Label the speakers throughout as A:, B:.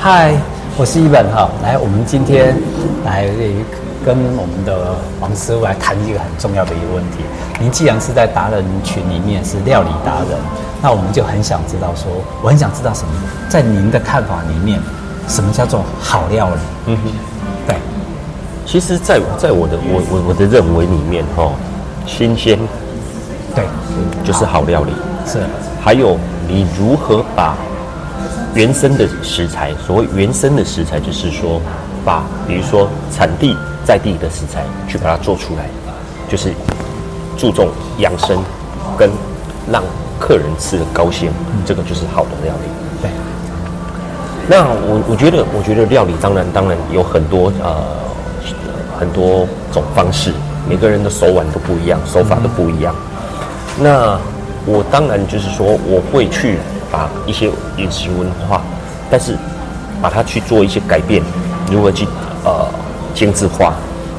A: 嗨，我是一本哈。来，我们今天来呃跟我们的王师傅来谈一个很重要的一个问题。您既然是在达人群里面是料理达人，那我们就很想知道说，我很想知道什么，在您的看法里面，什么叫做好料理？嗯哼，对，
B: 其实在，在我的我我我的认为里面，哈，新鲜
A: 对，
B: 就是好料理，
A: 是，
B: 还有你如何把原生的食材，所谓原生的食材，就是说把比如说产地在地的食材去把它做出来，就是注重养生跟让客人吃的高兴，这个就是好的料理。
A: 对，
B: 那我我觉得，我觉得料理当然当然有很多呃很多种方式，每个人的手腕都不一样，手法都不一样。那我当然就是说，我会去把一些饮食文化，但是把它去做一些改变，如何去呃精致化，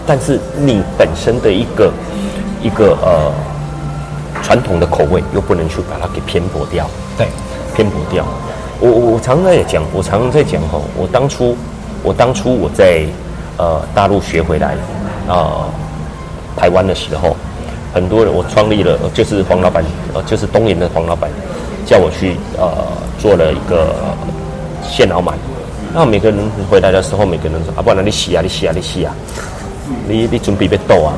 B: 但是你本身的一个一个呃传统的口味又不能去把它给偏颇掉。
A: 对，
B: 偏颇掉。我我我常常在讲，我常常在讲吼，我当初我当初我在呃大陆学回来，呃台湾的时候，很多人我创立了，就是黄老板，呃就是东营的黄老板，叫我去呃做了一个现老板。那每个人回来的时候，每个人说啊，不然你洗啊，你洗啊，你洗啊，你你准备被斗啊？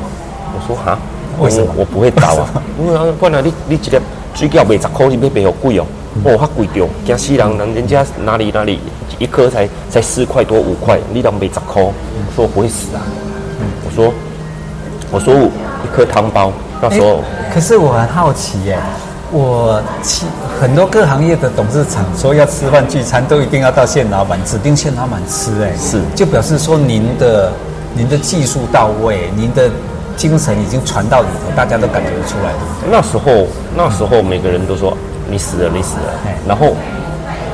B: 我说哈，
A: 为什么
B: 我我不会倒啊，因为啊不然你你一个水饺卖十块，你要卖好贵哦，哦较贵着，惊死人！人人家哪里哪里一颗才才四块多五块，你当卖十块，我说我不会死啊！我说我说一颗汤包，那时候
A: 诶哎可是我很好奇耶，我其很多各行业的董事长说要吃饭聚餐，都一定要到县老板指定县老板吃，哎，
B: 是
A: 就表示说您的您的技术到位，您的精神已经传到里头，大家都感觉得出来，对
B: 那时候那时候每个人都说你死了你死了
A: 哎，
B: 然后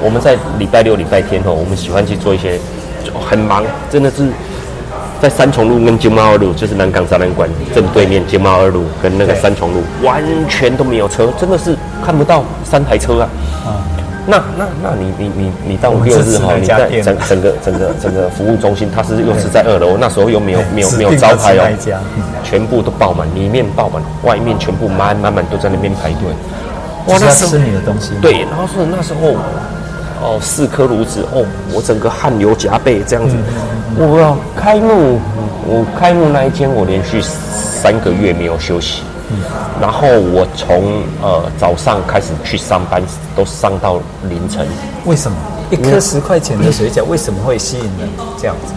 B: 我们在礼拜六礼拜天哦，我们喜欢去做一些就很忙，真的是在三重路跟金茂二路，就是南港展览馆正对面金茂二路跟那个
A: 对
B: 三重路完全都没有车，真的是看不到三台车啊。
A: 不对？啊、
B: 那那那你你你你到
A: 们
B: 六
A: 支
B: 日
A: 持
B: 哈，
A: 那
B: 你
A: 家
B: 在
A: 店
B: 整整个整个整个服务中心，它是又是在二楼，那时候又没有哦没有
A: 指
B: 没有
A: 定
B: 招
A: 要吃
B: 牌
A: 那一家
B: 哦，全部都爆满，里面爆满，外面全部满满满都在那边排队。
A: 我
B: 那
A: 在
B: 时候
A: 吃你的东西，，
B: 对，然后是那时候哦，四颗炉子哦，我整个汗流浃背这样子。
A: 嗯
B: 我要开幕，我开幕那一天，我连续三个月没有休息。
A: 嗯
B: 然后我从呃早上开始去上班，都上到凌晨。
A: 为什么一颗十块钱的水饺为什么会吸引人这样子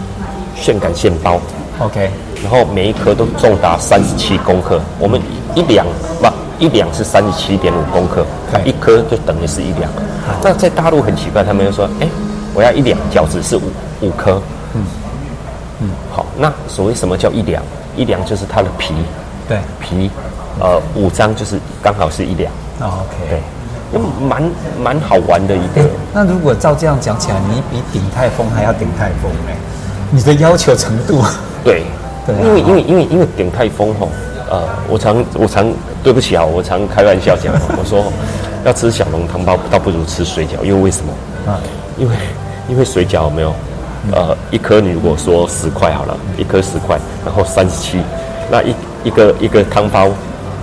B: 现擀现包，
A: ？OK，
B: 然后每一颗都重达三十七公克。我们一两不一两是三十七点五公克，
A: 对
B: 一颗就等于是一两。那在大陆很奇怪，他们就说：“哎，我要一两饺子是五五颗。”嗯嗯，好，那所谓什么叫一两？一两就是它的皮
A: 对，
B: 皮，呃，五张就是刚好是一两。
A: 那哦 OK，
B: 对，那蛮蛮好玩的一个。
A: 诶那如果照这样讲起来，你比鼎泰丰还要鼎泰丰哎，你的要求程度，
B: 对，
A: 对 啊
B: 因为因为因为因为鼎泰丰吼，呃，我常我常对不起啊，我常开玩笑 讲哦，我说要吃小笼汤包，倒不如吃水饺，因为为什么？
A: 啊，
B: 因为因为水饺有没有，
A: 嗯
B: 呃，一颗你如果说十块好了，一颗十块，然后三十七，那一一个一个汤包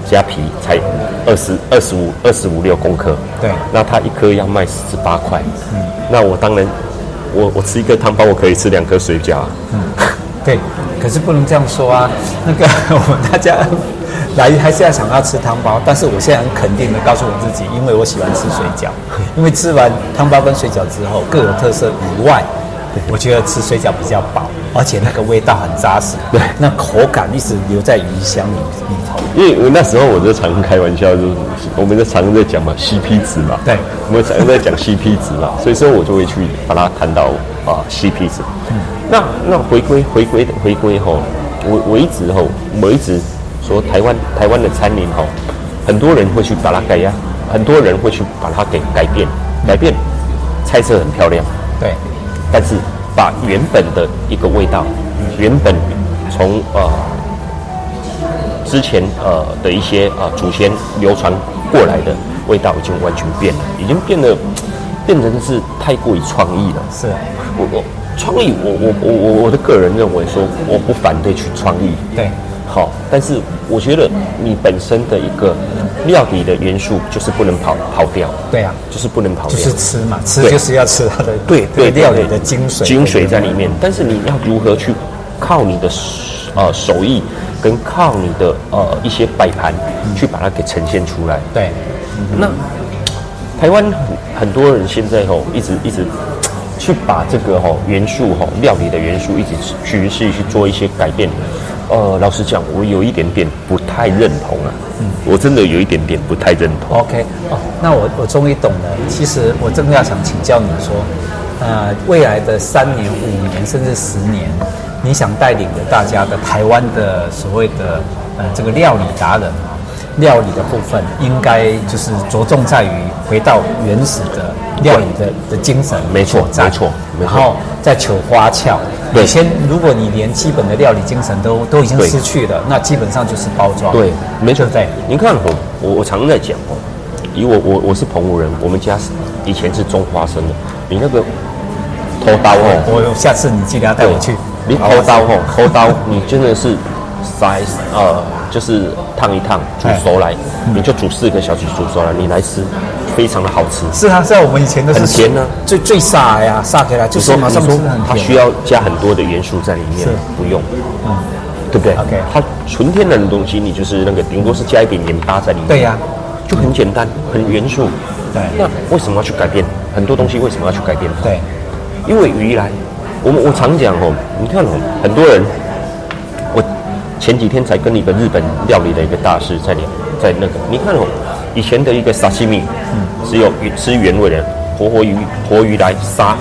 B: 加皮才二十二十五二十五六公克，
A: 对嗯
B: 那它一颗要卖十八块，那我当然我我吃一个汤包，我可以吃两颗水饺啊。
A: 对，可是不能这样说啊。 那个我们大家来还是要想要吃汤包，但是我现在很肯定的告诉我自己，因为我喜欢吃水 饺，因为吃完汤包跟水饺之后各有特色以外，我觉得吃水饺比较饱，而且那个味道很扎实，
B: 对
A: 那口感一直留在鱼香里里头。
B: 因为我那时候我就常开玩笑，就是我们就常常在讲嘛，CP 值嘛，
A: 对
B: 我们常常在讲 CP 值嘛，所以说我就会去把它谈到啊 CP 值。那那回归回归回归吼，我我一直吼，我一直说台湾台湾的餐饮吼，很多人会去把它改呀，很多人会去把它给改变，改变，菜色很漂亮，
A: 对，
B: 但是把原本的一个味道，原本从呃之前呃的一些呃祖先流传过来的味道已经完全变了，已经变得变成是太过于创意了。
A: 是啊
B: 我我创意，我我我我我的个人认为说，我不反对去创意。
A: 对，
B: 好，但是我觉得你本身的一个料理的元素就是不能跑跑掉，
A: 对啊，
B: 就是不能跑
A: 就
B: 掉。
A: 是吃嘛，吃
B: 对
A: 就是要吃它的
B: 对
A: 这个
B: 对
A: 料理的精髓，
B: 精髓在里面。但是你要如何去靠你的手呃手艺，跟靠你的呃一些摆盘去把它给呈现出来。
A: 对，
B: 那台湾很很多人现在吼、一直一直去把这个吼、元素吼、料理的元素一直去去去做一些改变。呃，老实讲，我有一点点不太认同啊。我真的有一点点不太认同。
A: OK，哦，那我我终于懂了。其实我正要想请教你说，呃，未来的三年、五年甚至十年，你想带领着大家的台湾的所谓的呃这个料理达人啊，料理的部分应该就是着重在于回到原始的料理的的精神
B: 没错
A: 所在
B: 没错没
A: 然
B: 错
A: 后再求花俏。
B: 对
A: 以前如果你连基本的料理精神都都已经
B: 对
A: 失去了，那基本上就是包装。
B: 对，没
A: 对
B: 错
A: 不对？
B: 您看哦，我我常在讲哦，以我我我是澎湖人，我们家是以前是种花生的。你那个偷刀哦，哎
A: 我下次你记得要带我去。啊
B: 你抠刀吼，抠刀，你真的是塞呃，就是烫一烫，煮熟来，你就煮四个小时，煮熟来，你来吃，非常的好吃。
A: 是啊，在我们以前都是
B: 很甜呢
A: 最最傻呀，撒给他就
B: 你
A: 是
B: 说
A: 马上
B: 你
A: 吃
B: 说
A: 很
B: 它
A: 甜。
B: 需要加很多的元素在里面
A: 是，嗯
B: 不用，对不对
A: OK
B: 它纯天然的东西，你就是那个顶多是加一点盐巴在里面，
A: 对呀
B: 就很简单，很元素。
A: 对
B: 那为什么要去改变很多东西？为什么要去改变它？
A: 对，
B: 因为鱼来，我们我常讲哦，你看哦，很多人，我前几天才跟一个日本料理的一个大师在聊，在那个，你看哦，以前的一个沙西米，只有鱼吃原味的活活鱼活鱼来杀，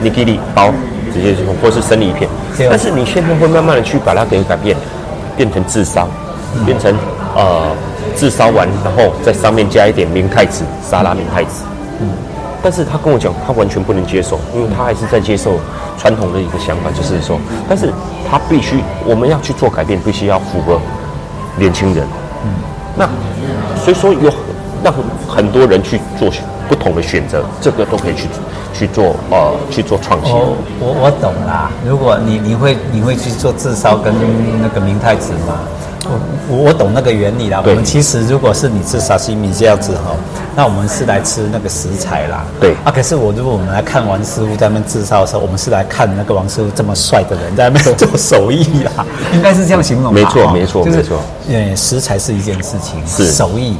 B: 你给你包直接就或是生理片
A: 对，
B: 但是你现在会慢慢的去把它给改变，变成炙烧，变成呃炙烧完，然后在上面加一点明太子沙拉明太子。但是他跟我讲，他完全不能接受，因为他还是在接受传统的一个想法，就是说，但是他必须我们要去做改变，必须要符合年轻人。那所以说有让很多人去做不同的选择，这个都可以去去做呃去做创新。
A: 我哦我我懂啦。如果你你会你会去做炙烧跟那个明太子吗？我我我懂那个原理啦。我
B: 对
A: 们其实如果是你吃沙西米这样子哈，那我们是来吃那个食材啦。
B: 对
A: 啊，可是我如果我们来看王师傅在那边炙烧的时候，我们是来看那个王师傅这么帅的人在那边做手艺 啦，应该是这样形容吧。
B: 没错
A: 哈
B: 没错
A: 就是
B: 没错
A: 呃，食材是一件事情，
B: 是
A: 手艺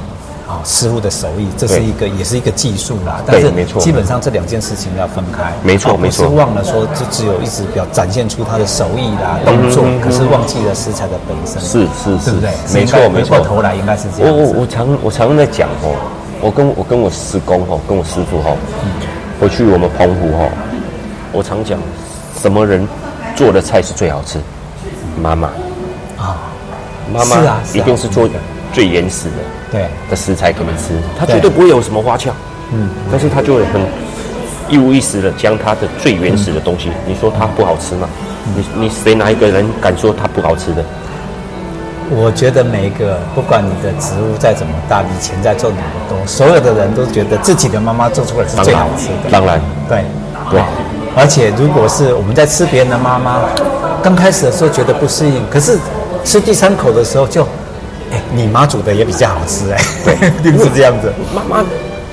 A: 啊，师傅的手艺，这是
B: 对
A: 一个也是一个技术啦。但是
B: 没错
A: 基本上这两件事情要分开。
B: 没错
A: 啊
B: 没错
A: 不是忘了说，就只有一直表展现出他的手艺啦、动
B: 嗯
A: 作，可是忘记了食材的本身，
B: 是是是
A: 对不对？
B: 没错
A: 应该
B: 没错哦
A: 回过头来应该是这
B: 我
A: 样
B: 我
A: 子。
B: 我常我常常在讲哦，我跟我跟我师公哦，跟我师傅哦，
A: 嗯
B: 回去我们澎湖哦，我常讲什么人做的菜是最好吃？妈妈
A: 啊，
B: 妈妈
A: 是啊是啊
B: 一定是做
A: 嗯
B: 最原始的
A: 对，
B: 的食材给你吃，它
A: 对
B: 绝对不会有什么花俏，嗯，但是它就会很一五一十的将它的最原始的东西，
A: 嗯
B: 你说它不好吃吗？你你谁哪一个人敢说它不好吃的？
A: 我觉得每一个不管你的职务再怎么大，你钱再赚怎么多，所有的人都觉得自己的妈妈做出来是
B: 当
A: 最
B: 然
A: 好吃的。
B: 当然，
A: 对，
B: 哇，
A: 而且如果是我们在吃别人的妈妈，刚开始的时候觉得不适应，可是吃第三口的时候就，哎，你妈煮的也比较好吃哎，
B: 对
A: 一定是这样子。
B: 妈妈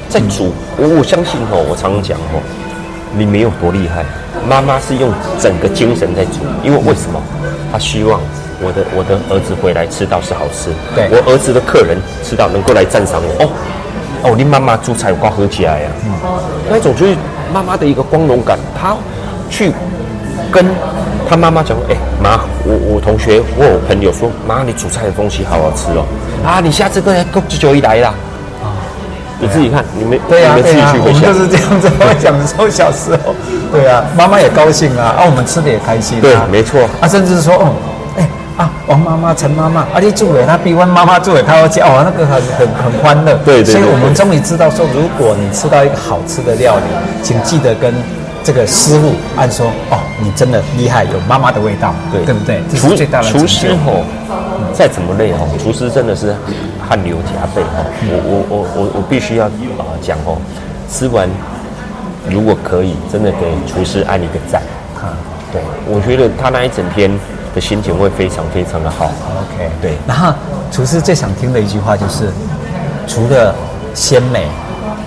B: 在煮，我我相信哦，我常常讲哦，你没有多厉害，妈妈是用整个精神在煮，因为为什么？她希望我的我的儿子回来吃到是好吃，
A: 对
B: 我儿子的客人吃到能够来赞赏我哦。哦，你妈妈煮菜有够好啊起来呀、那一种就是妈妈的一个光荣感，她去跟她妈妈讲说，哎、妈，我我同学或我朋友说，妈，你煮菜的东西好好吃哦，啊，你下次跟够久久一来啦，你自己看，你们
A: 对呀、啊
B: 你们
A: 对
B: 自己
A: 呀、
B: 去
A: 我
B: 回
A: 们
B: 想
A: 就。是这样子会享受小时候。对啊，妈妈也高兴啊，啊，我们吃的也开心、啊。
B: 对没错
A: 啊，甚至说，哦，哎、啊，王妈妈、陈妈妈，啊，你住的她比阮妈妈住的她要吃，哦，那个很很很欢乐。
B: 对对对
A: 所以我们终于知道说，如果你吃到一个好吃的料理，请记得跟。这个师傅按说哦，你真的厉害，有妈妈的味道，
B: 对
A: 对不对？这
B: 厨
A: 是最大的成就
B: 厨师吼，再怎么累吼，厨师真的是哦呃汗流浃背吼。我我我我我必须要啊讲吼，吃完如果可以，真的给厨师按一个赞。
A: 啊
B: 对，我觉得他那一整天的心情会非常非常的好。
A: ，OK，
B: 对
A: 然后厨师最想听的一句话就是，除了鲜美。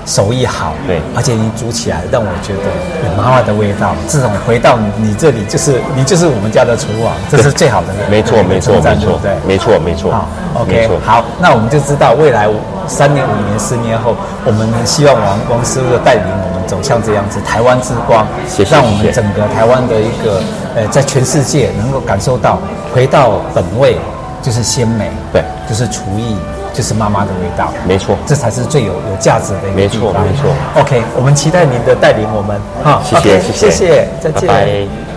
A: 手艺好，
B: 对
A: 而且你煮起来让我觉得有妈妈的味道。这种回到你这里，就是你就是我们家的厨王，这是最好的那个
B: 没错，没错，
A: 称赞
B: 没错
A: 对不对，
B: 没错，没错
A: 好。
B: 没
A: ，OK，
B: 错
A: 好，那我们就知道未来三年、五年、十年后，我们希望王光师傅的带领我们走向这样子台湾之光，
B: 谢谢
A: 让我
B: 谢谢
A: 们整个台湾的一个呃，在全世界能够感受到回到本位，就是鲜美，
B: 对
A: 就是厨艺，就是妈妈的味道，
B: 没错
A: 这才是最有有价值的一个
B: 没
A: 地
B: 错
A: 方。
B: 没错
A: ，OK，我们期待您的带领我们哈
B: 谢谢
A: OK，
B: 谢
A: 谢
B: 谢
A: 谢，再见。
B: 拜拜。